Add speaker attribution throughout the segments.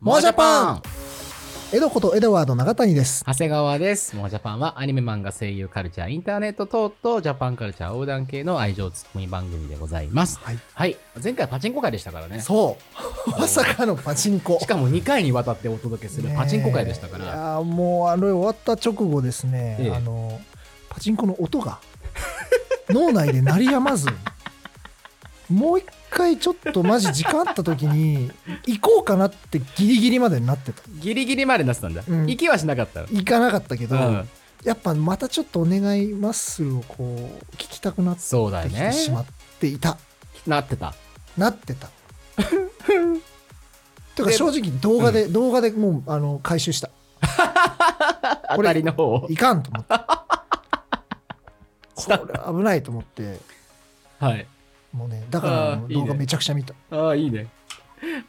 Speaker 1: モアジャパン
Speaker 2: エドことエドワード永谷です。
Speaker 1: 長谷川です。モアジャパンはアニメ漫画声優カルチャーインターネット等々ジャパンカルチャー横断系の愛情ツッコミ番組でございます。
Speaker 2: はい。
Speaker 1: はい。前回パチンコ会でしたからね。
Speaker 2: そう。まさかのパチンコ。
Speaker 1: しかも2回にわたってお届けするパチンコ会でしたか
Speaker 2: ねえい
Speaker 1: ら。
Speaker 2: やーもうあれ終わった直後ですね、
Speaker 1: ええ
Speaker 2: あのパチンコの音が 脳内で鳴りやまずもう一回ちょっとマジ時間あった時に行こうかなってギリギリまでになってた
Speaker 1: ギリギリまでなってたんだ。
Speaker 2: うん
Speaker 1: 行きはしなかったの。
Speaker 2: 行かなかったけど、
Speaker 1: うん。
Speaker 2: やっぱまたちょっとお願いマッスルをこう聞きたくなって
Speaker 1: そうだよ
Speaker 2: き
Speaker 1: ね
Speaker 2: て。しまっていた、
Speaker 1: なってた。
Speaker 2: なってたていうか
Speaker 1: で
Speaker 2: 正直動画で、動画でもうあの回収した
Speaker 1: 当たりの方を
Speaker 2: い。かんと思って。
Speaker 1: した
Speaker 2: これ危ないと思って、
Speaker 1: はい。
Speaker 2: もうね、だ
Speaker 1: あ
Speaker 2: から
Speaker 1: ー
Speaker 2: もう
Speaker 1: いいね
Speaker 2: 動画めちゃくちゃ見た。
Speaker 1: ああ、いいね。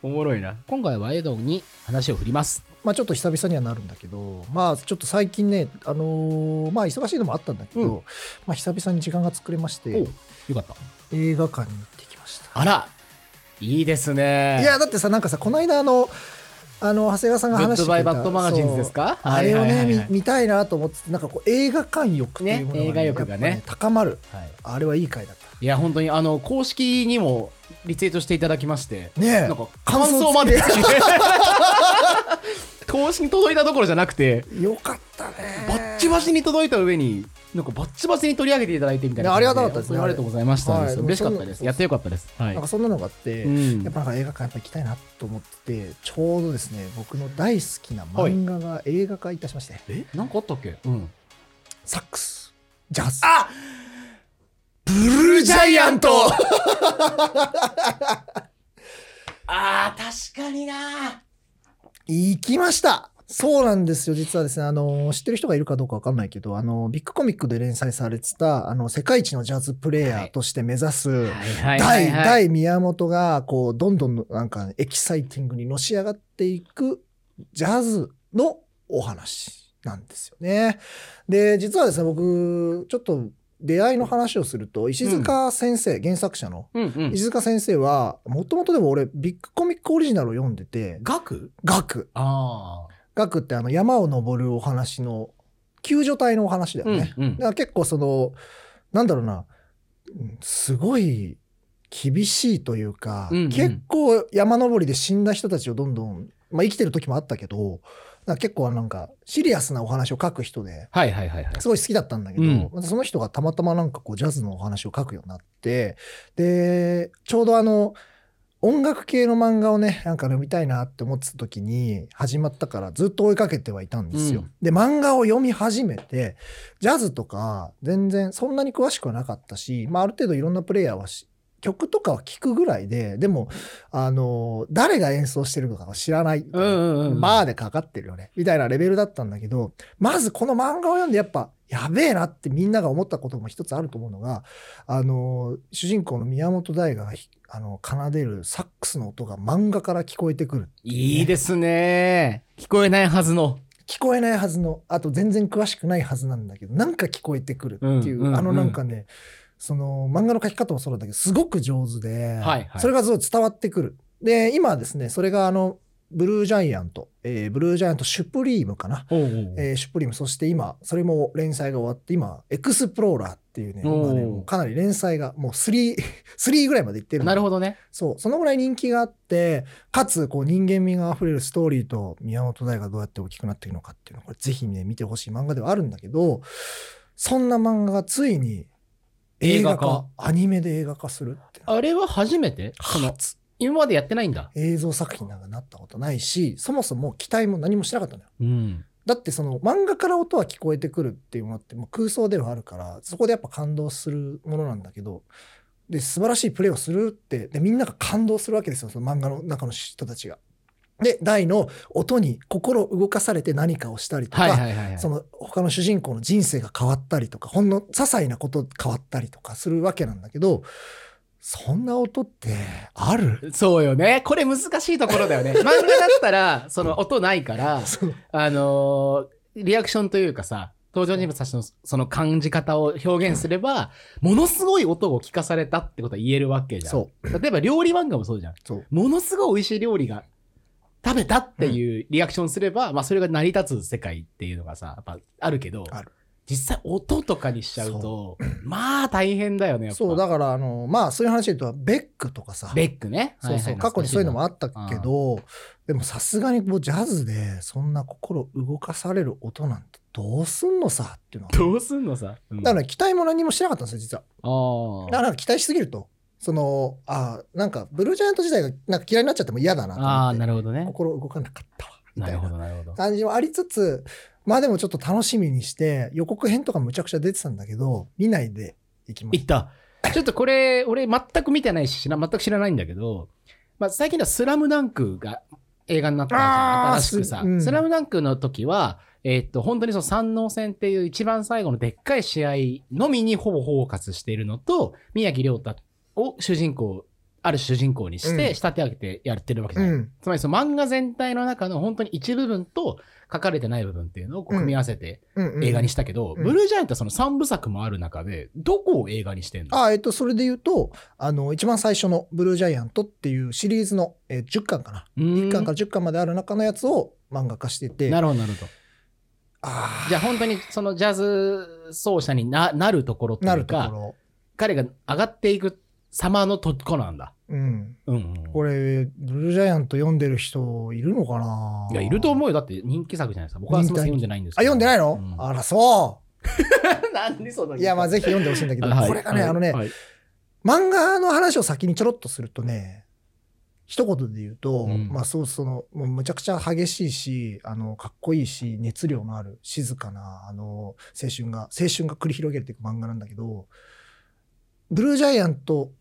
Speaker 1: おもろいな。今回はエドに話を振ります。
Speaker 2: まあちょっと久々にはなるんだけど、まあちょっと最近ね、あのーまあ忙しいのもあったんだけど、
Speaker 1: うん
Speaker 2: まあ久々に時間が作れまして、
Speaker 1: よかった。
Speaker 2: 映画館に行ってきました。
Speaker 1: あら、いいですね。
Speaker 2: いや、だってさ、なんかさ、この間あの、あの、長谷川さん
Speaker 1: グ
Speaker 2: が
Speaker 1: ッ
Speaker 2: 話して
Speaker 1: ド
Speaker 2: くれ
Speaker 1: バイ
Speaker 2: た
Speaker 1: バットマガジンズです
Speaker 2: そう
Speaker 1: か
Speaker 2: あれを
Speaker 1: はい
Speaker 2: ね、
Speaker 1: はいはい
Speaker 2: み
Speaker 1: はい
Speaker 2: 見たいなと思ってて、なんかこう映画館欲っていうものが、
Speaker 1: ね映画欲がね
Speaker 2: やっぱ高まる。
Speaker 1: はい
Speaker 2: あれはいい回だった。
Speaker 1: いや、本当に、あの、公式にもリツイートしていただきまして、
Speaker 2: ねえ
Speaker 1: なんか、感想まで。公式に届いたところじゃなくて、
Speaker 2: よかったね。
Speaker 1: バッチバチに届いた上に、なんかバッチバチに取り上げていただいてみたいな
Speaker 2: ね
Speaker 1: 感じ。
Speaker 2: ありがたかったですね
Speaker 1: 本当にありがとうございました。
Speaker 2: はい
Speaker 1: 嬉しかったで
Speaker 2: そ
Speaker 1: す。
Speaker 2: んな
Speaker 1: やってよかったです。はい
Speaker 2: なん。かそんなのがあって、
Speaker 1: うん
Speaker 2: やっぱなんか映画館やっぱ行きたいなと思ってて、ちょうどですね、僕の大好きな漫画が映画化いたしまして、
Speaker 1: えなんかあったっけうん。
Speaker 2: サックス、ジャズ、
Speaker 1: あブルージャイアント あー、確かにな
Speaker 2: 行きましたそうなんですよ。実はですね、あの、知ってる人がいるかどうかわかんないけど、あの、ビッグコミックで連載されてた、あの、世界一のジャズプレイヤーとして目指す、
Speaker 1: はいはいはい
Speaker 2: 大、
Speaker 1: はい。
Speaker 2: 大宮本が、こう、どんどんなんかエキサイティングにのし上がっていくジャズのお話なんですよね。で、実はですね、僕、ちょっと出会いの話をすると、石塚先生、原作者の、
Speaker 1: うんうん。
Speaker 2: 石塚先生は、もともとでも俺、ビッグコミックオリジナルを読んでて、
Speaker 1: 額
Speaker 2: ガク。
Speaker 1: あ
Speaker 2: ガクってあの、山を登るお話の、救助隊のお話だ
Speaker 1: あ。
Speaker 2: よね。
Speaker 1: うんうん
Speaker 2: だから結構そのなんだろうなうんすごい厳しいというか、
Speaker 1: うんうん
Speaker 2: 結構山登りで死んだ人たちをどんどん、まあ、生きてる時もあったけどだから結構なんかシリアスなお話を書く人で
Speaker 1: はいはいはいはい。
Speaker 2: すごい好きだったんだけ
Speaker 1: うん
Speaker 2: ど、その人がたまたまなんかこうジャズのお話を書くようになってでちょうどあの音楽系の漫画をねなんか読みたいなって思ってた時に始まったからずっと追いかけてはいたんですよ。
Speaker 1: うん
Speaker 2: で漫画を読み始めてジャズとか全然そんなに詳しくはなかったし、まあ、ある程度いろんなプレイヤーはし曲とかは聞くぐらいででもあの誰が演奏してるのかは知らない。
Speaker 1: うんうんうん。
Speaker 2: バーでかかってるよねみたいなレベルだったんだけどまずこの漫画を読んでやっぱやべえなってみんなが思ったことも一つあると思うのがあの主人公の宮本大我がひあの奏でるサックスの音が漫画から聞こえてくる
Speaker 1: いいですね。聞こえないはずの。
Speaker 2: 聞こえないはずのあと全然詳しくないはずなんだけどなんか聞こえてくるっていう、
Speaker 1: うんうん
Speaker 2: あのなんかねその漫画の描き方もそうなんだけどすごく上手で、
Speaker 1: はいはい
Speaker 2: それがすごい伝わってくるで今はですねそれがあのブルージャイアント、えーブルージャイアントシュプリームかな
Speaker 1: おうお
Speaker 2: えーシュプリームそして今それも連載が終わって今エクスプローラーっていうね
Speaker 1: おー
Speaker 2: 今ねもうかなり連載がもう 3, 3ぐらいまでいってる
Speaker 1: なる
Speaker 2: ほど
Speaker 1: ほどね。
Speaker 2: そうそのぐらい人気があってかつこう人間味があふれるストーリーと宮本大がどうやって大きくなっていくのかっていうのをこれぜひね見てほしい漫画ではあるんだけどそんな漫画がついに映画化
Speaker 1: 映画
Speaker 2: アニメで映画化するって
Speaker 1: あれは初めてその、
Speaker 2: 初
Speaker 1: 今までやってないんだ。
Speaker 2: 映像作品なんかなったことないしそもそも期待も何もしなかったのよ
Speaker 1: うん。
Speaker 2: だってその漫画から音は聞こえてくるっていうものってもう空想ではあるからそこでやっぱ感動するものなんだけどで素晴らしいプレーをするってでみんなが感動するわけですよその漫画の中の人たちが。で大の音に心動かされて何かをしたりとか、
Speaker 1: はいはいはいはい。
Speaker 2: その他の主人公の人生が変わったりとかほんの些細なこと変わったりとかするわけなんだけどそんな音ってある
Speaker 1: そうよね。これ難しいところだ よね。漫画だったら、その音ないから、
Speaker 2: そう
Speaker 1: あのーリアクションというかさ、登場人物たちのその感じ方を表現すれば、ものすごい音を聞かされたってことは言えるわけじゃん。
Speaker 2: そう
Speaker 1: 例えば料理漫画もそうじゃん。
Speaker 2: そう
Speaker 1: ものすごい美味しい料理が食べたっていうリアクションすれば、まあそれが成り立つ世界っていうのがさ、やっぱあるけど、
Speaker 2: ある
Speaker 1: 実際音とかにしちゃうと、まあ大変だよね、やっぱ。
Speaker 2: そう、だから、あの、まあ、そういう話で言うと、ベックとかさ、
Speaker 1: ベックね。
Speaker 2: そうそう、過去にそういうのもあったけど、でもさすがにもうジャズで、そんな心動かされる音なんてどうすんのさっていうの は。
Speaker 1: どうすんのさ。うん
Speaker 2: だから、期待も何もしてなかったんですよ、実は。
Speaker 1: あー
Speaker 2: だから、期待しすぎると、その、あーなんか、ブルージャイアント時代がなんか嫌いになっちゃっても嫌だなと思って。
Speaker 1: あー、なるほどね。
Speaker 2: 心動かなかったわみ
Speaker 1: な
Speaker 2: たい
Speaker 1: るほ
Speaker 2: な
Speaker 1: ど、なるほど。
Speaker 2: 感じもありつつまあでもちょっと楽しみにして予告編とかむちゃくちゃ出てたんだけど見ないでいきま
Speaker 1: 行
Speaker 2: し
Speaker 1: ったた。ちょっとこれ、俺全く見てないし、知ら全く知らないんだけど、まあ最近ではスラムダンクが映画になったじゃん
Speaker 2: あー
Speaker 1: 新しくさ。
Speaker 2: すうん
Speaker 1: スラムダンクの時は、えっと、本当にその山王戦っていう一番最後のでっかい試合のみにほぼフォーカスしているのと、宮城亮太を主人公、ある主人公にし
Speaker 2: う
Speaker 1: て仕
Speaker 2: ん
Speaker 1: 立て上げてやってるわけじ
Speaker 2: う
Speaker 1: ゃない。
Speaker 2: ん
Speaker 1: つまりその漫画全体の中の本当に一部分と書かれてない部分っていうのをこう組み合わせて
Speaker 2: うんうん
Speaker 1: 映画にしたけど、
Speaker 2: うん
Speaker 1: ブルージャイアントはその3部作もある中で、どこを映画にしてんの
Speaker 2: あーえっとそれで言うとあの一番最初の「ブルージャイアント」っていうシリーズの、えー10巻かな
Speaker 1: 1
Speaker 2: 1巻から10巻まである中のやつを漫画化してて
Speaker 1: なるほど、なるほど。
Speaker 2: あ
Speaker 1: じゃあ本当にそのジャズ奏者にななるところ
Speaker 2: あ
Speaker 1: と
Speaker 2: ないる
Speaker 1: う
Speaker 2: とこ
Speaker 1: か、
Speaker 2: ろ
Speaker 1: 彼が上がっていく様のとこなんだ。
Speaker 2: うん
Speaker 1: うん、うん。
Speaker 2: これブルージャイアント読んでる人いるのかないい
Speaker 1: や、いると思うよ。だって人気作じゃないですか。僕はそもそも読んでないんです
Speaker 2: あ読んでないの、
Speaker 1: うん
Speaker 2: あらそ
Speaker 1: なんでその
Speaker 2: ういやまあぜひ読んでほしいんだけど、
Speaker 1: はい
Speaker 2: これがね、
Speaker 1: はい
Speaker 2: あのね、
Speaker 1: はい
Speaker 2: 漫画の話を先にちょろっとするとね一言で言うと、
Speaker 1: うん
Speaker 2: まあそうそのもうむちゃくちゃ激しいしあのかっこいいし熱量のある静かなあの青春が青春が繰り広げていく漫画なんだけどブルージャイアント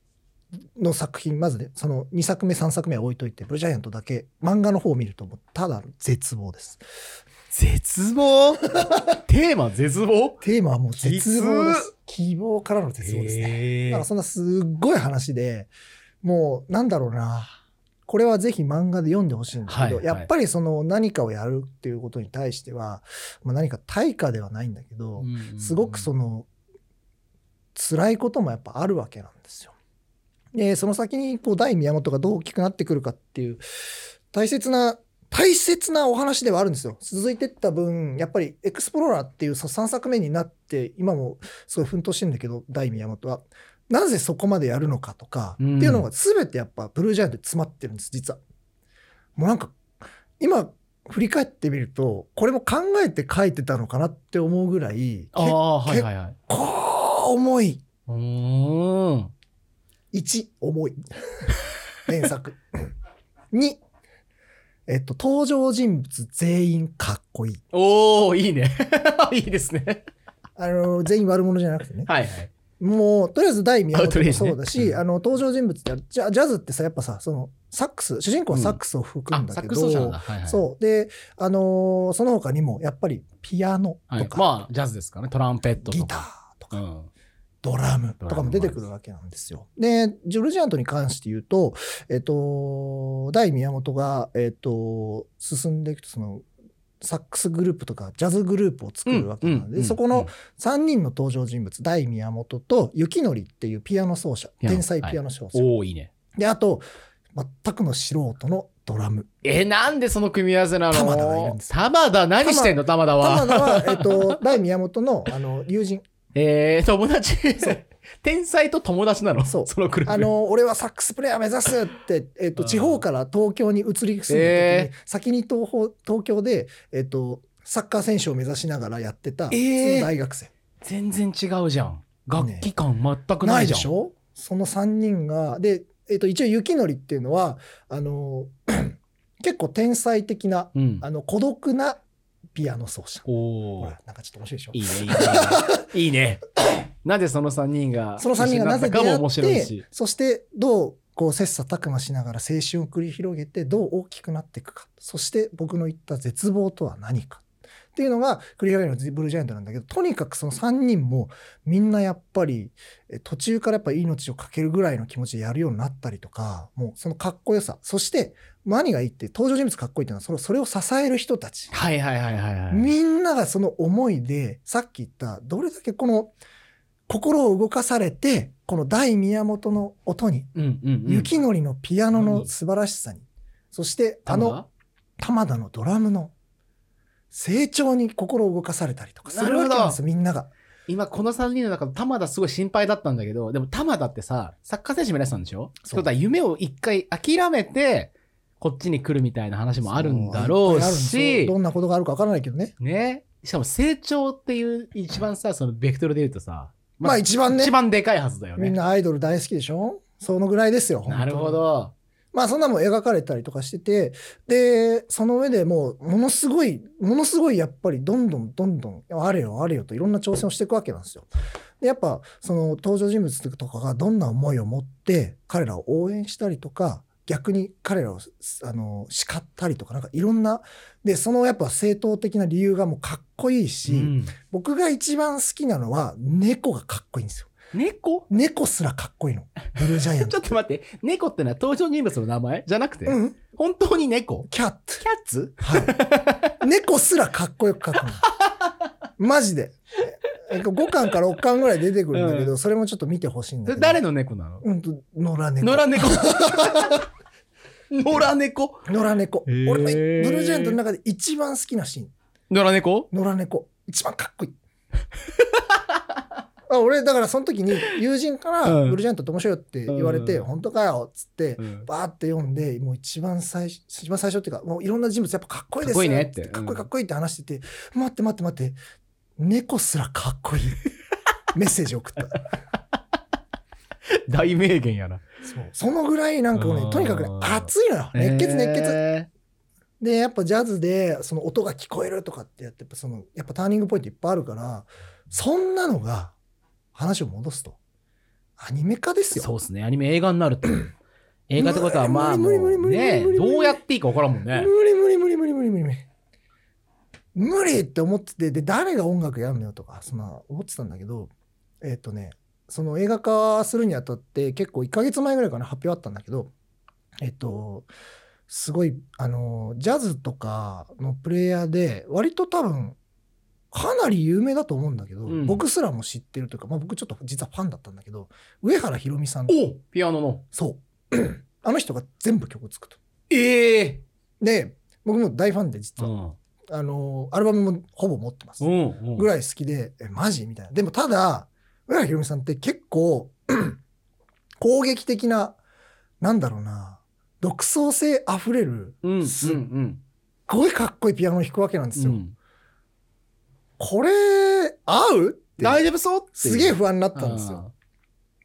Speaker 2: の作品まずねその2作目3作目は置いといてブルージャイアントだけ漫画の方を見るともうただ絶望です
Speaker 1: 絶望 テーマ絶望
Speaker 2: テーマはもう絶望です希望からの絶望ですね
Speaker 1: へー
Speaker 2: だからそんなすっごい話でもうなんだろうなこれはぜひ漫画で読んでほしいんだけど、
Speaker 1: はい
Speaker 2: や
Speaker 1: はい
Speaker 2: っぱりその何かをやるっていうことに対しては、まあ、何か対価ではないんだけど、すごくその辛いこともやっぱあるわけなんですよ。でその先にこう大宮本がどう大きくなってくるかっていう大切な大切なお話ではあるんですよ。続いてった分やっぱり「エクスプローラー」っていう3作目になって今もすごい奮闘してるんだけど大宮本は。なぜそこまでやるのかとか、
Speaker 1: うん
Speaker 2: っていうのが全てやっぱブルージャイアントに詰まってるんです実は。もうなんか今振り返ってみるとこれも考えて書いてたのかなって思うぐらい
Speaker 1: ああー、はいはいはい。
Speaker 2: こう重いう
Speaker 1: ーん。
Speaker 2: 1重い 原作2えっと登場人物全員かっこいい
Speaker 1: おー、いいね。 いいですね。
Speaker 2: あの全員悪者じゃなくてね
Speaker 1: はいはい。
Speaker 2: もうとりあえず第宮
Speaker 1: あと
Speaker 2: 本
Speaker 1: りあえ
Speaker 2: も
Speaker 1: ずね
Speaker 2: そうだし、
Speaker 1: うん
Speaker 2: あの登場人物ってジャジャズってさやっぱさそのサックス主人公はサックスを吹く
Speaker 1: あ
Speaker 2: ん、だ
Speaker 1: サッ
Speaker 2: け
Speaker 1: ク
Speaker 2: ど、
Speaker 1: ス奏者なんだ。はいはい。
Speaker 2: そうであのーその他にもやっぱりピアノ
Speaker 1: は
Speaker 2: と
Speaker 1: い、
Speaker 2: か、
Speaker 1: まあジャズですからねトランペットとか
Speaker 2: ギターとか、
Speaker 1: うん、
Speaker 2: ドラムとかも出てくるわけなんですよ。で、ジョルジアントに関して言うと、えっと、大宮本が、えっと、進んでいくと、その、サックスグループとかジャズグループを作るわけなので、
Speaker 1: うん
Speaker 2: そこの3人の登場人物、大宮本と雪則っていうピアノ奏者、
Speaker 1: ピアノ
Speaker 2: 天才ピアノ奏
Speaker 1: う
Speaker 2: 者。
Speaker 1: んおおいいね
Speaker 2: で、あと、全くの素人のドラム。
Speaker 1: えなんでその組み合わせなの
Speaker 2: 玉田がいるんです
Speaker 1: 玉田何してんの玉田は
Speaker 2: 玉田は、えっと、大宮本の、あの、友人。
Speaker 1: えー、友達
Speaker 2: そう
Speaker 1: 天才と友達なの
Speaker 2: そう
Speaker 1: そのグループ
Speaker 2: あの俺はサックスプレイヤー目指すって、えっと、
Speaker 1: うん
Speaker 2: 地方から東京に移り住んだ時に、先に東方東京で、えっと、サッカー選手を目指しながらやってた、
Speaker 1: えー
Speaker 2: その大学生
Speaker 1: 全然違うじゃん楽器感全く
Speaker 2: な
Speaker 1: ないいじ
Speaker 2: で
Speaker 1: ゃん、
Speaker 2: しょその3人がで、えっと、一応雪のりっていうのはあの 結構天才的な
Speaker 1: うん
Speaker 2: あの孤独なピアノ奏者
Speaker 1: お
Speaker 2: ほ
Speaker 1: お
Speaker 2: らなんかちょっと面白いでしょ
Speaker 1: いいねいい ねいいね なぜその三人が
Speaker 2: その3人がなぜ
Speaker 1: 一緒になったかも
Speaker 2: 出会
Speaker 1: 面
Speaker 2: っ
Speaker 1: 白いして
Speaker 2: そしてどうこう切磋琢磨しながら青春を繰り広げてどう大きくなっていくかそして僕の言った絶望とは何かっていうのが繰り広げるブルージャイアントなんだけどとにかくその3人もみんなやっぱりえ途中からやっぱ命を懸けるぐらいの気持ちでやるようになったりとかもうそのかっこよさそして何がいいって登場人物かっこいいっていうのはそれそれを支える人たち
Speaker 1: はいはいはいはいはい
Speaker 2: みんながその思いで、さっき言った、どれだけこの、心を動かされて、この大宮本の音に、
Speaker 1: うんうんうん
Speaker 2: 雪のりのピアノの素晴らしさに、そして、あ
Speaker 1: 玉田
Speaker 2: の、
Speaker 1: は
Speaker 2: 玉田のドラムの成長に心を動かされたりとかするわけ
Speaker 1: なる
Speaker 2: な
Speaker 1: ほ
Speaker 2: ん
Speaker 1: ど
Speaker 2: ですよみんなが。
Speaker 1: 今この3人の中の玉田すごい心配だったんだけどでも玉田ってさサッカー選手目指してたんでしょって
Speaker 2: そう
Speaker 1: ことは夢を一回諦めてこっちに来るみたいな話もあるんだろう
Speaker 2: いっぱいあるんですよ
Speaker 1: し
Speaker 2: どんなことがあるかわからないけどね。
Speaker 1: ねしかも成長っていう一番さそのベクトルで言うとさ
Speaker 2: まあ一番ね
Speaker 1: 一番でかいはずだよ
Speaker 2: みん
Speaker 1: ね
Speaker 2: なアイドル大好きでしょそのぐらいですよ。
Speaker 1: なるほ
Speaker 2: 本当に。
Speaker 1: ど
Speaker 2: まあそんなもん描かれたりとかしてて、で、その上でもう、ものすごい、ものすごいやっぱりどんどんどんどん、あれよあれよといろんな挑戦をしていくわけなんですよ。で、やっぱその登場人物とかがどんな思いを持って彼らを応援したりとか、逆に彼らをあの叱ったりとか、なんかいろんな、で、そのやっぱ正当的な理由がもうかっこいいし、
Speaker 1: うん
Speaker 2: 僕が一番好きなのは猫がかっこいいんですよ。
Speaker 1: 猫
Speaker 2: 猫すらかっこいいの。ブルージャイア
Speaker 1: ち
Speaker 2: ント。
Speaker 1: ょっと待って猫ってのは登場人物の名前じゃなくて、
Speaker 2: うん。
Speaker 1: 本当に猫
Speaker 2: キャット。
Speaker 1: キャッツ
Speaker 2: はい。猫すらかっこよく描くの。マジで。5巻から6巻ぐらい出てくるんだけど、それもちょっと見てほしいん
Speaker 1: そ
Speaker 2: だけ
Speaker 1: れ
Speaker 2: ど。
Speaker 1: 誰の猫なの
Speaker 2: うんと、野良猫。
Speaker 1: 野良猫 野良猫
Speaker 2: 野良猫。
Speaker 1: へー
Speaker 2: 俺のブルージャイアントの中で一番好きなシーン。
Speaker 1: 野良猫
Speaker 2: 野良猫。一番かっ こいい。あ俺、だからその時に友人から、
Speaker 1: うん
Speaker 2: ブルージャイアントって面白いよって言われて、
Speaker 1: うん
Speaker 2: 本当かよっつって、
Speaker 1: うん
Speaker 2: バーって読んでもう一番最初一番最初っていうかもういろんな人物やっぱかっこいいです
Speaker 1: かっこいいねって
Speaker 2: かっ
Speaker 1: う
Speaker 2: こいい
Speaker 1: ん
Speaker 2: かっこいいって話してて、待って待って待って猫すらかっこいい メッセージ送った
Speaker 1: 大名言やな。
Speaker 2: そうそのぐらいなんか
Speaker 1: う
Speaker 2: ね
Speaker 1: ん
Speaker 2: とにかくね熱いのよ 熱血熱血、
Speaker 1: え
Speaker 2: でやっぱジャズでその音が聞こえるとかってやってやっぱそのやっぱターニングポイントいっぱいあるからそんなのが話を戻すとアニメ化です
Speaker 1: ー
Speaker 2: よ
Speaker 1: そうですね。アニメ映画になると。映画ってことはまあも
Speaker 2: 無理無理
Speaker 1: う
Speaker 2: 無理無理
Speaker 1: ね
Speaker 2: 無理無理無理
Speaker 1: どうやっていいか分からんもんね。
Speaker 2: 無理無理無理無理無理無理無理無理って思っててで誰が音楽やるのよとかそんな思ってたんだけどえっ、とねその映画化するにあたって結構1ヶ月前ぐらいかな発表あったんだけどえっ、とすごいあのジャズとかのプレイヤーで割と多分かなり有名だと思うんだけど、
Speaker 1: うん
Speaker 2: 僕すらも知ってるというか、まあ、僕ちょっと実はファンだったんだけど上原ひろみさん
Speaker 1: おピアノの。
Speaker 2: そう あの人が全部曲作った
Speaker 1: ええ
Speaker 2: で僕も大ファンで実
Speaker 1: う
Speaker 2: は、
Speaker 1: ん。
Speaker 2: あのアルバムもほぼ持ってます
Speaker 1: うんうん。
Speaker 2: ぐらい好きでえマジみたいなでもただ浦ひろみさんって結構 攻撃的ななんだろうな独創性あふれる
Speaker 1: うんうん
Speaker 2: す
Speaker 1: う
Speaker 2: っ
Speaker 1: ん。
Speaker 2: すごいかっこいいピアノを弾くわけなんです
Speaker 1: う
Speaker 2: よ、
Speaker 1: ん
Speaker 2: これ合うって
Speaker 1: 大丈夫そうっていう
Speaker 2: すげえ不安になったんですよ。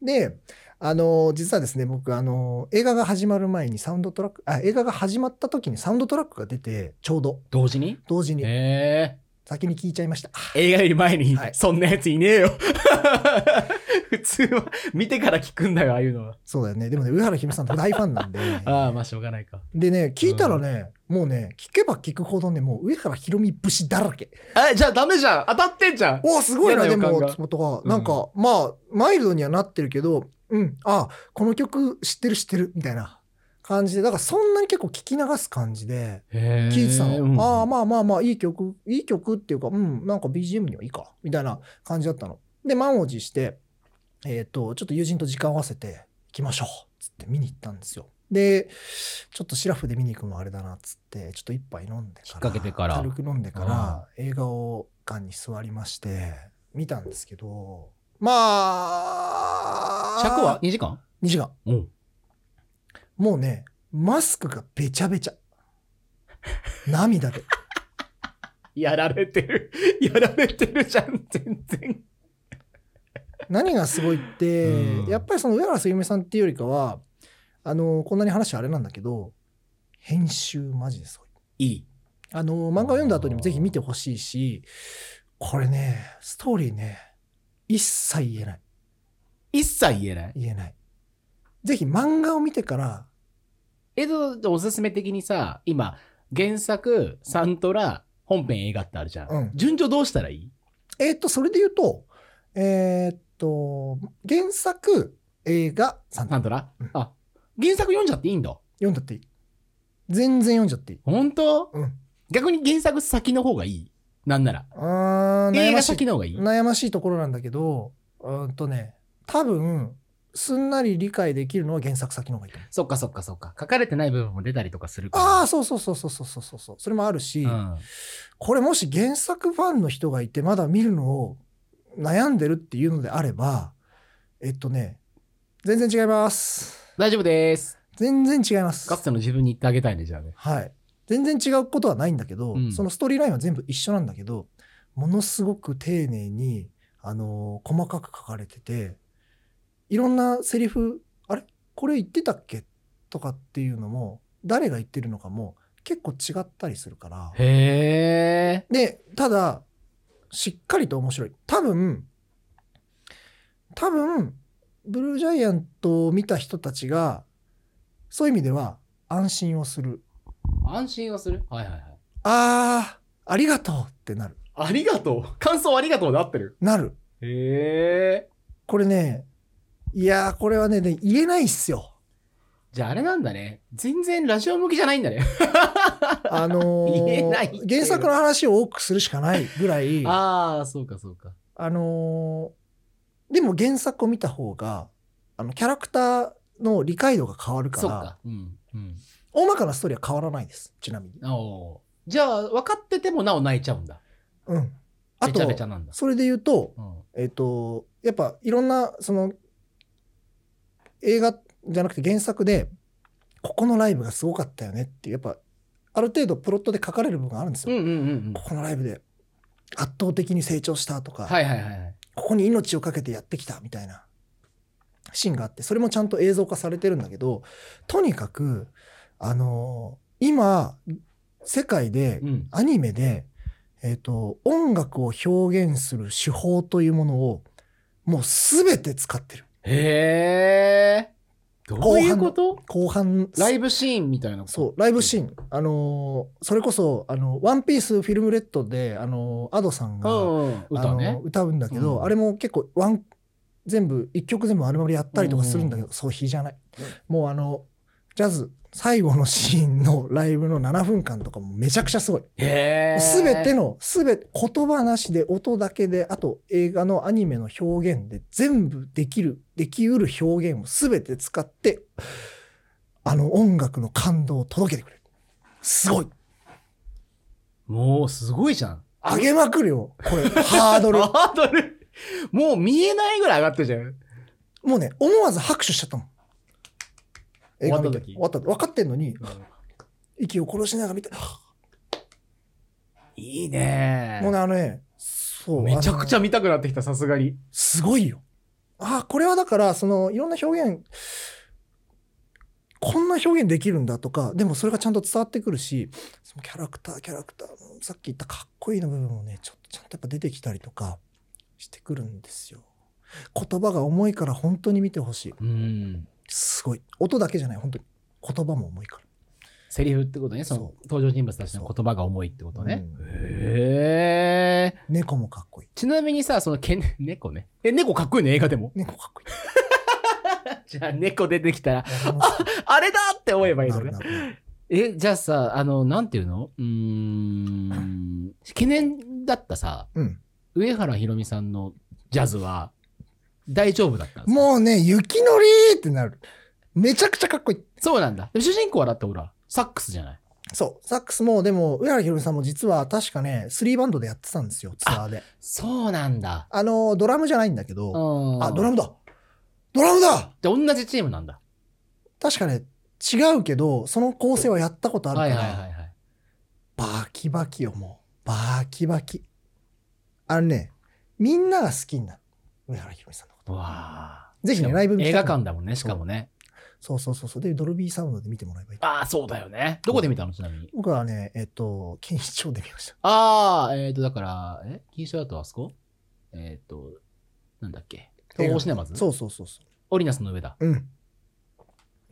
Speaker 2: であの実はですね僕あの映画が始まる前にサウンドトラックあ映画が始まった時にサウンドトラックが出てちょうど
Speaker 1: 同時に
Speaker 2: 同時に
Speaker 1: え
Speaker 2: 先に聞いちゃいました
Speaker 1: え映画より前に
Speaker 2: はい
Speaker 1: そんなやついねえよ。 普通は見てから聞くんだよ、ああいうのは。
Speaker 2: そうだよね。でもね、上原ひろみさん大ファンなん で。
Speaker 1: ああ、まあしょうがないか。
Speaker 2: でね、聞いたらね、もうね、聞けば聞くほどね、もう上原ひろみ節だらけ。
Speaker 1: え、じゃあダメじゃん当たってんじゃん
Speaker 2: おお、すごいな、で
Speaker 1: 嫌な予
Speaker 2: も、
Speaker 1: 感が
Speaker 2: と
Speaker 1: う
Speaker 2: か、
Speaker 1: ん
Speaker 2: なんか、まあ、マイルドにはなってるけど、うん、あこの曲知ってる知ってる、みたいな感じで、だからそんなに結構聞き流す感じで、
Speaker 1: へえ
Speaker 2: 聞いてたの。
Speaker 1: うん
Speaker 2: ああ、まあまあまあ、いい曲、いい曲っていうか、うん、なんか BGM にはいいか、みたいな感じだったの。で、満を持して、えっ、と、ちょっと友人と時間を合わせて、行きましょうつって見に行ったんですよ。で、ちょっとシラフで見に行くのあれだな、つって、ちょっと一杯飲んでから、
Speaker 1: 引っ掛けてから
Speaker 2: 軽く飲んでから、映画を館に座りまして、見たんですけど、まあ、
Speaker 1: 尺は ?2 時間
Speaker 2: ?2 時間。
Speaker 1: うん。
Speaker 2: もうね、マスクがべちゃべちゃ。涙で。
Speaker 1: やられてる。 やられてるじゃん、全然。
Speaker 2: 何がすごいって、
Speaker 1: うん
Speaker 2: やっぱりその上原すゆみさんっていうよりかはあのこんなに話あれなんだけど編集マジですごい
Speaker 1: いい。
Speaker 2: あの漫画を読んだ後にもぜひ見てほしいしこれねストーリーね一切言えない
Speaker 1: 一切言えない。
Speaker 2: 言えないぜひ漫画を見てから
Speaker 1: えっと、おすすめ的にさ、今、原作、サントラ、本編映画ってあるじゃん。
Speaker 2: うん
Speaker 1: 順序どうしたらいい
Speaker 2: えーっとそれで言うとえーっと原作映画さん
Speaker 1: サントラ、
Speaker 2: うん
Speaker 1: あ、原作読んじゃっていいんだ。
Speaker 2: 読んだっていい全然読んじゃっていい
Speaker 1: 本当
Speaker 2: うん
Speaker 1: 逆に原作先の方がいいなんなら。
Speaker 2: あー
Speaker 1: 映
Speaker 2: 悩ま
Speaker 1: 画
Speaker 2: しい
Speaker 1: 先の方がいい
Speaker 2: 悩ましいところなんだけど、うーんとね、多分、すんなり理解できるのは原作先の方がいいと思う。
Speaker 1: そっかそっかそっか。書かれてない部分も出たりとかするから。
Speaker 2: ああ、そうそうそうそうそうそうそう。それもあるし、
Speaker 1: うん、
Speaker 2: これもし原作ファンの人がいてまだ見るのを悩んでるっていうのであれば、えっとね、全然違います。
Speaker 1: 大丈夫です。
Speaker 2: 全然違います
Speaker 1: か。つての自分に言ってあげたいね、じゃあね。
Speaker 2: はい。全然違うことはないんだけど、
Speaker 1: うん
Speaker 2: そのストーリーラインは全部一緒なんだけど、ものすごく丁寧に、あのー細かく書かれてて、いろんなセリフ、あれこれ言ってたっけとかっていうのも、誰が言ってるのかも結構違ったりするから。
Speaker 1: へえ。
Speaker 2: で、ただ、しっかりと面白い。多分、多分、ブルージャイアントを見た人たちが、そういう意味では安心をする。
Speaker 1: 安心はするはいはいはい。
Speaker 2: あー、ありがとうってなる。
Speaker 1: ありがとう。感想ありがとうで合ってる。
Speaker 2: なる。
Speaker 1: へえ。
Speaker 2: これね、いやー、これはね、で言えないっすよ。
Speaker 1: じゃああれなんだね。全然ラジオ向きじゃないんだね。
Speaker 2: あのー
Speaker 1: 言えないっていう
Speaker 2: 原作の話を多くするしかないぐらい、あ、
Speaker 1: ああ、そうかそうか。
Speaker 2: のーでも原作を見た方が、あの、キャラクターの理解度が変わるか
Speaker 1: そっ
Speaker 2: ら、
Speaker 1: か。うん。うん。
Speaker 2: 大まかなストーリーは変わらないです、ちなみに。
Speaker 1: おーじゃあ、分かっててもなお泣いちゃうんだ。
Speaker 2: うん。あ
Speaker 1: べちゃべちゃ
Speaker 2: と、
Speaker 1: なんだ。
Speaker 2: それで言うと、
Speaker 1: うん。
Speaker 2: えっ、と、やっぱいろんな、その、映画じゃなくて原作で、ここのライブがすごかったよねっていう、やっぱ、ある程度プロットで書かれる部分があるんです
Speaker 1: うん
Speaker 2: よ。
Speaker 1: うんうんうん
Speaker 2: こ。このライブで圧倒的に成長したとか、
Speaker 1: はいはいはいはい。
Speaker 2: ここに命を懸けてやってきたみたいなシーンがあって、それもちゃんと映像化されてるんだけど、とにかく、あのー今、世界で
Speaker 1: うん。
Speaker 2: アニメで、えっと音楽を表現する手法というものをもう全て使ってる
Speaker 1: へえ。どういうこと
Speaker 2: 後半
Speaker 1: ライブシーンみたいなこと
Speaker 2: そうライブシーン、あのーそれこそ「あのワンピースフィルムレッドで、あのー、アドさんが、
Speaker 1: うんうん、
Speaker 2: あ
Speaker 1: 歌
Speaker 2: の
Speaker 1: ね
Speaker 2: ー。歌うんだけど、
Speaker 1: うん
Speaker 2: あれも結構ワン全部一曲全部丸々やったりとかするんだけど、そう比じゃない、もうあのジャズ最後のシーンのライブの7分間とかもめちゃくちゃすごい
Speaker 1: へえ。
Speaker 2: すべての、すべて、言葉なしで、音だけで、あと映画のアニメの表現で、全部できる、できうる表現をすべて使って、あの音楽の感動を届けてくれる。すごい。
Speaker 1: もうすごいじゃん。
Speaker 2: 上げまくるよ。これ、ハード ル。
Speaker 1: ハードル。もう見えないぐらい上がってるじゃん。
Speaker 2: もうね、思わず拍手しちゃったもん。
Speaker 1: 終わった
Speaker 2: 映画見
Speaker 1: 時
Speaker 2: て終わった。分かってんのに、息を殺しながら見て、は
Speaker 1: いいね
Speaker 2: ぁ。もうね、あのね、そう。
Speaker 1: めちゃくち
Speaker 2: ゃ
Speaker 1: ゃ見たくなってきた、さすがに。
Speaker 2: すごいよ。ああ、これはだから、その、いろんな表現、こんな表現できるんだとか、でもそれがちゃんと伝わってくるし、そのキャラクター、キャラクター、さっき言ったかっこいいの部分もね、ちょっとちゃんとやっぱ出てきたりとかしてくるんですよ。言葉が重いから本当に見てほしい。
Speaker 1: うん。
Speaker 2: すごい。音だけじゃない、本当に。言葉も重いから。
Speaker 1: セリフってことね、その
Speaker 2: そ
Speaker 1: 登場人物たちの言葉が重いってことね。
Speaker 2: うん
Speaker 1: へえ。
Speaker 2: 猫もかっこいい。
Speaker 1: ちなみにさ、そのけん、 猫ね。え、猫かっこいいの映画でも。
Speaker 2: 猫かっこ いい。
Speaker 1: じゃあ猫出てきたら、
Speaker 2: あの好き
Speaker 1: あれだって思えばいい
Speaker 2: な
Speaker 1: のね
Speaker 2: るな。るなる
Speaker 1: え、じゃあさ、あの、なんていうのうーん、懸念だったさ、
Speaker 2: うん
Speaker 1: 上原ひろみさんのジャズは大丈夫だったんですか
Speaker 2: もうね、雪のりーってなる。めちゃくちゃかっこいい。
Speaker 1: そうなんだ。でも主人公はだってほら、サックスじゃない
Speaker 2: そう。サックスも、でも、上原ひろみさんも実は確かね、3バンドでやってたんですよ、ツアーで。
Speaker 1: そうなんだ。
Speaker 2: あの、ドラムじゃないんだけ
Speaker 1: う
Speaker 2: ど、
Speaker 1: ん。
Speaker 2: あ、ドラムだドラムだ
Speaker 1: で同じチームなんだ。
Speaker 2: 確かね、違うけど、その構成はやったことあるか
Speaker 1: はい
Speaker 2: ら、
Speaker 1: はいはいはい。
Speaker 2: バキバキよ、もう。バキバキ。あのね、みんなが好きになる。上原ひろみさんのこと。
Speaker 1: うわあ
Speaker 2: ぜひねライブ見
Speaker 1: 映
Speaker 2: たか
Speaker 1: 画
Speaker 2: った
Speaker 1: 館だもんね、しかもね。
Speaker 2: そうそうそうそう。で、ドルビーサウンドで見てもらえばいい。
Speaker 1: ああ、そうだよね。どこで見たのちなみに。
Speaker 2: 僕はね、えっと、錦糸町で見ました。
Speaker 1: ああ、えっ、ー、と、だから、え金賞だとあそこえっ、と、なんだっけ東宝シネマズ
Speaker 2: そうそうそうそ
Speaker 1: オリナスの上だ。
Speaker 2: う。うん。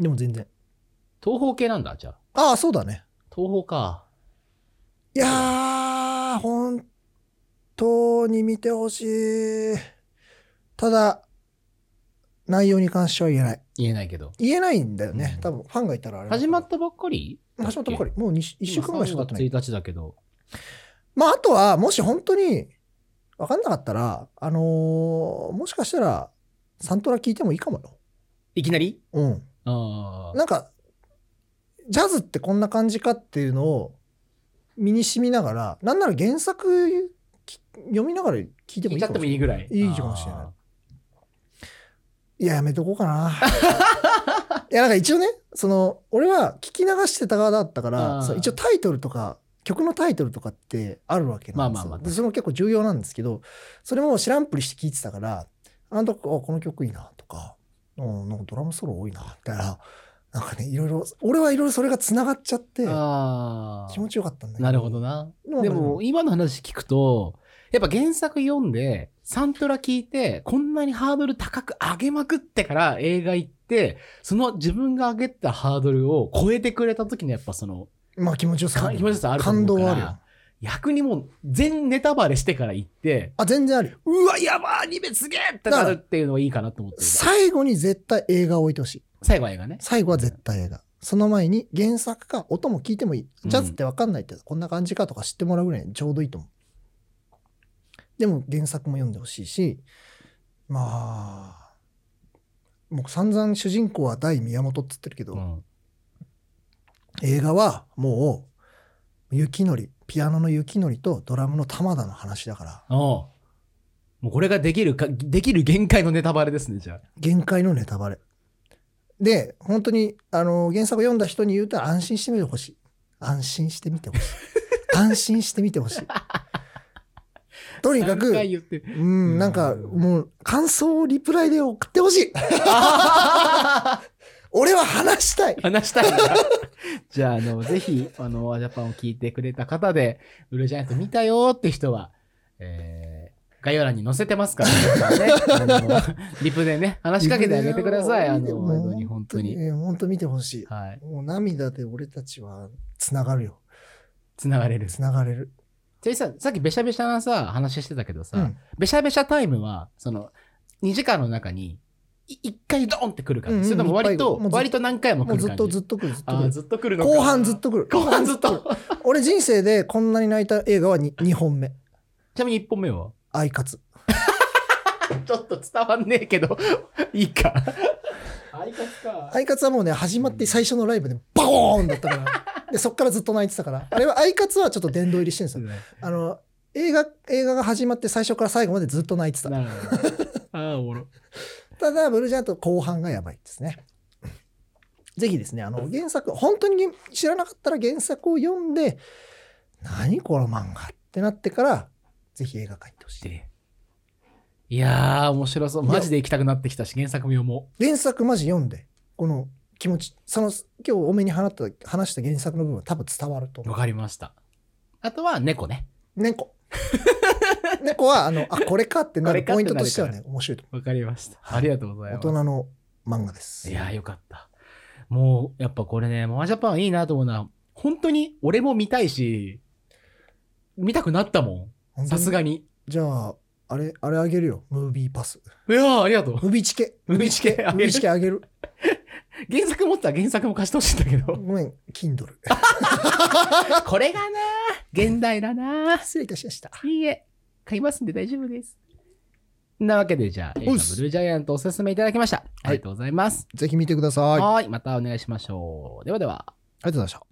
Speaker 2: でも全然。
Speaker 1: 東宝系なんだ、じゃあ。
Speaker 2: ああ、そうだね。
Speaker 1: 東宝か。
Speaker 2: いやー、本当に見てほしい。ただ、内容に関しては言えない。
Speaker 1: 言えないけど。
Speaker 2: 言えないんだよね
Speaker 1: う。ん
Speaker 2: 多分、ファンがいたらあれだけ
Speaker 1: 始
Speaker 2: ど。
Speaker 1: まったばっかり
Speaker 2: 始まったばかり。もう1週間ぐらいしか経ってない。
Speaker 1: 1日だけど。
Speaker 2: まあ、あとは、もし本当に分かんなかったら、あのーもしかしたら、サントラ聞いてもいいかもよ。
Speaker 1: いきなり
Speaker 2: うん、
Speaker 1: ああ。
Speaker 2: なんかジャズってこんな感じかっていうのを身に染みながらなんなら原作き読みながら聞いて
Speaker 1: 聞
Speaker 2: もい
Speaker 1: い
Speaker 2: い
Speaker 1: ちゃ
Speaker 2: か
Speaker 1: って
Speaker 2: も
Speaker 1: も
Speaker 2: しれない
Speaker 1: いいぐらい。
Speaker 2: いいかもしれない
Speaker 1: あ
Speaker 2: いややめとこうかな いやなんか一応ねその俺は聞き流してた側だったか
Speaker 1: あ
Speaker 2: ら
Speaker 1: ー
Speaker 2: そう一応タイトルとか曲のタイトルとかってあるわけなんで
Speaker 1: まあま
Speaker 2: すよ、
Speaker 1: あまあ
Speaker 2: でそれも結構重要なんですけどそれも知らんぷりして聞いてたからあの時あこの曲いいなとかうんなんかドラムソロ多いなみたいななんかねいろいろ俺はいろいろそれがつながっちゃって
Speaker 1: ーあー。
Speaker 2: 気持ちよかったんだけ
Speaker 1: なるほどな。
Speaker 2: でも
Speaker 1: でも今の話聞くと、やっぱ原作読んで、サントラ聞いて、こんなにハードル高く上げまくってから映画行って、その自分が上げたハードルを超えてくれた時のやっぱその、
Speaker 2: まあ気持ちよさ
Speaker 1: か気持ちよさあると思
Speaker 2: 感
Speaker 1: うから
Speaker 2: 動はあるよ
Speaker 1: 逆にもう全ネタバレしてから行って、
Speaker 2: あ全然あるよ
Speaker 1: うわ、やばーアニメすげえってなるっていうのがいいかなと思ってる。
Speaker 2: 最後に絶対映画を置いてほしい
Speaker 1: 最後は映画ね。
Speaker 2: 最後は絶対映画その前に原作か音も聞いてもいい
Speaker 1: うん
Speaker 2: ジャズって分かんないってこんな感じかとか知ってもらうぐらいにちょうどいいと思うでも原作も読んでほしいしまあもう散々主人公は大宮本っつってるけど、
Speaker 1: うん。
Speaker 2: 映画はもう雪のりピアノの雪のりとドラムの玉田の話だから
Speaker 1: おうもうこれができるか、できる限界のネタバレですね、じゃあ。
Speaker 2: 限界のネタバレで本当にあの原作を読んだ人に言うと安心してみてほしい安心してみてほしい安心してみてほ しいとにかく
Speaker 1: 何回言ってる
Speaker 2: うんなんかもう感想をリプライで送ってほ しい俺は話したい
Speaker 1: 話したいな じゃあ、あの、ぜひ、あの、ワジャパンを聞いてくれた方で、ブルージャイアント見たよって人は、えー、概要欄に載せてます からね。あのリプでね、話しかけてあげてください。あの、
Speaker 2: もう
Speaker 1: 本当に、本当に。
Speaker 2: えー本当見てほしい
Speaker 1: はい。
Speaker 2: もう涙で俺たちはつながるよ
Speaker 1: つながれる。
Speaker 2: つながれる
Speaker 1: じゃあさ、さっきべしゃべしゃなさ、話してたけど
Speaker 2: う
Speaker 1: さ、
Speaker 2: ん
Speaker 1: べしゃべしゃタイムは、その、2時間の中に、い一回ドーンってくる感
Speaker 2: うんう
Speaker 1: じ。それ
Speaker 2: ん
Speaker 1: とも割と
Speaker 2: いっぱいもう、ずっ
Speaker 1: 割と何回も
Speaker 2: も
Speaker 1: 来
Speaker 2: う
Speaker 1: る
Speaker 2: ずっ
Speaker 1: 感
Speaker 2: と
Speaker 1: じ
Speaker 2: ず。っと来るずっと
Speaker 1: あ
Speaker 2: 来
Speaker 1: ー
Speaker 2: る
Speaker 1: ずっと来るのか
Speaker 2: 後半ずっと来る
Speaker 1: 後半ずっ
Speaker 2: 来る
Speaker 1: と。
Speaker 2: 俺人生でこんなに泣いた映画は 2, 本目
Speaker 1: ちなみに1本目は
Speaker 2: 「アイカツ
Speaker 1: ちょっと伝わんねえけど、 いいか。相方」か
Speaker 2: アイカツはもうね始まって最初のライブでバコーンだったからでそっからずっと泣いてたからあれは「アイカツ」はちょっと殿堂入りしてるんですよあの映画映画が始まって最初から最後までずっと泣いてた
Speaker 1: なるほど。 ああ、おもろ。
Speaker 2: ただブルージャイアント後半がやばいですねぜひですねあの原作本当に知らなかったら原作を読んで何この漫画ってなってからぜひ映画館に行ってほしい
Speaker 1: で、いやー、面白そう。マジで行きたくなってきたし、原作も読も
Speaker 2: 原作マジ読んでこの気持ちその今日お目に放った話した原作の部分は多分伝わると
Speaker 1: う。
Speaker 2: 思
Speaker 1: わかりました。あとは、猫ね。
Speaker 2: う猫猫はあのあこれかってな
Speaker 1: これ
Speaker 2: る
Speaker 1: かっ
Speaker 2: ポ
Speaker 1: て
Speaker 2: イ
Speaker 1: なる
Speaker 2: ント
Speaker 1: から
Speaker 2: としてはね面白いと
Speaker 1: わかりました。
Speaker 2: はい
Speaker 1: ありがとうござい
Speaker 2: 思う大
Speaker 1: ます。
Speaker 2: 人の漫画です
Speaker 1: いやーよかった。もう、やっぱこれね、マージャパンいいなと思うのは、本当に俺も見たいし、見たくなったも
Speaker 2: 本
Speaker 1: ん。さ
Speaker 2: 当に
Speaker 1: すがに。
Speaker 2: じゃああれあれあげるよムービーパス
Speaker 1: いやーありがとう。
Speaker 2: ムービーチケ
Speaker 1: ムービーチケ
Speaker 2: ムービーチケあげる
Speaker 1: 原作持ったら原作も貸してほしいんだけど。
Speaker 2: ごめん Kindle
Speaker 1: これがな現代だな
Speaker 2: 失礼いたしました
Speaker 1: いいえ、買いますんで大丈夫です。なわけで、じゃあ、映画ブ
Speaker 2: うっ
Speaker 1: ル
Speaker 2: す
Speaker 1: ージャイアントおすすめいただきました。ありがとうございます。
Speaker 2: ぜひ見てくださいあり
Speaker 1: はーい、またお願いしましょう。ではでは。
Speaker 2: がとうございました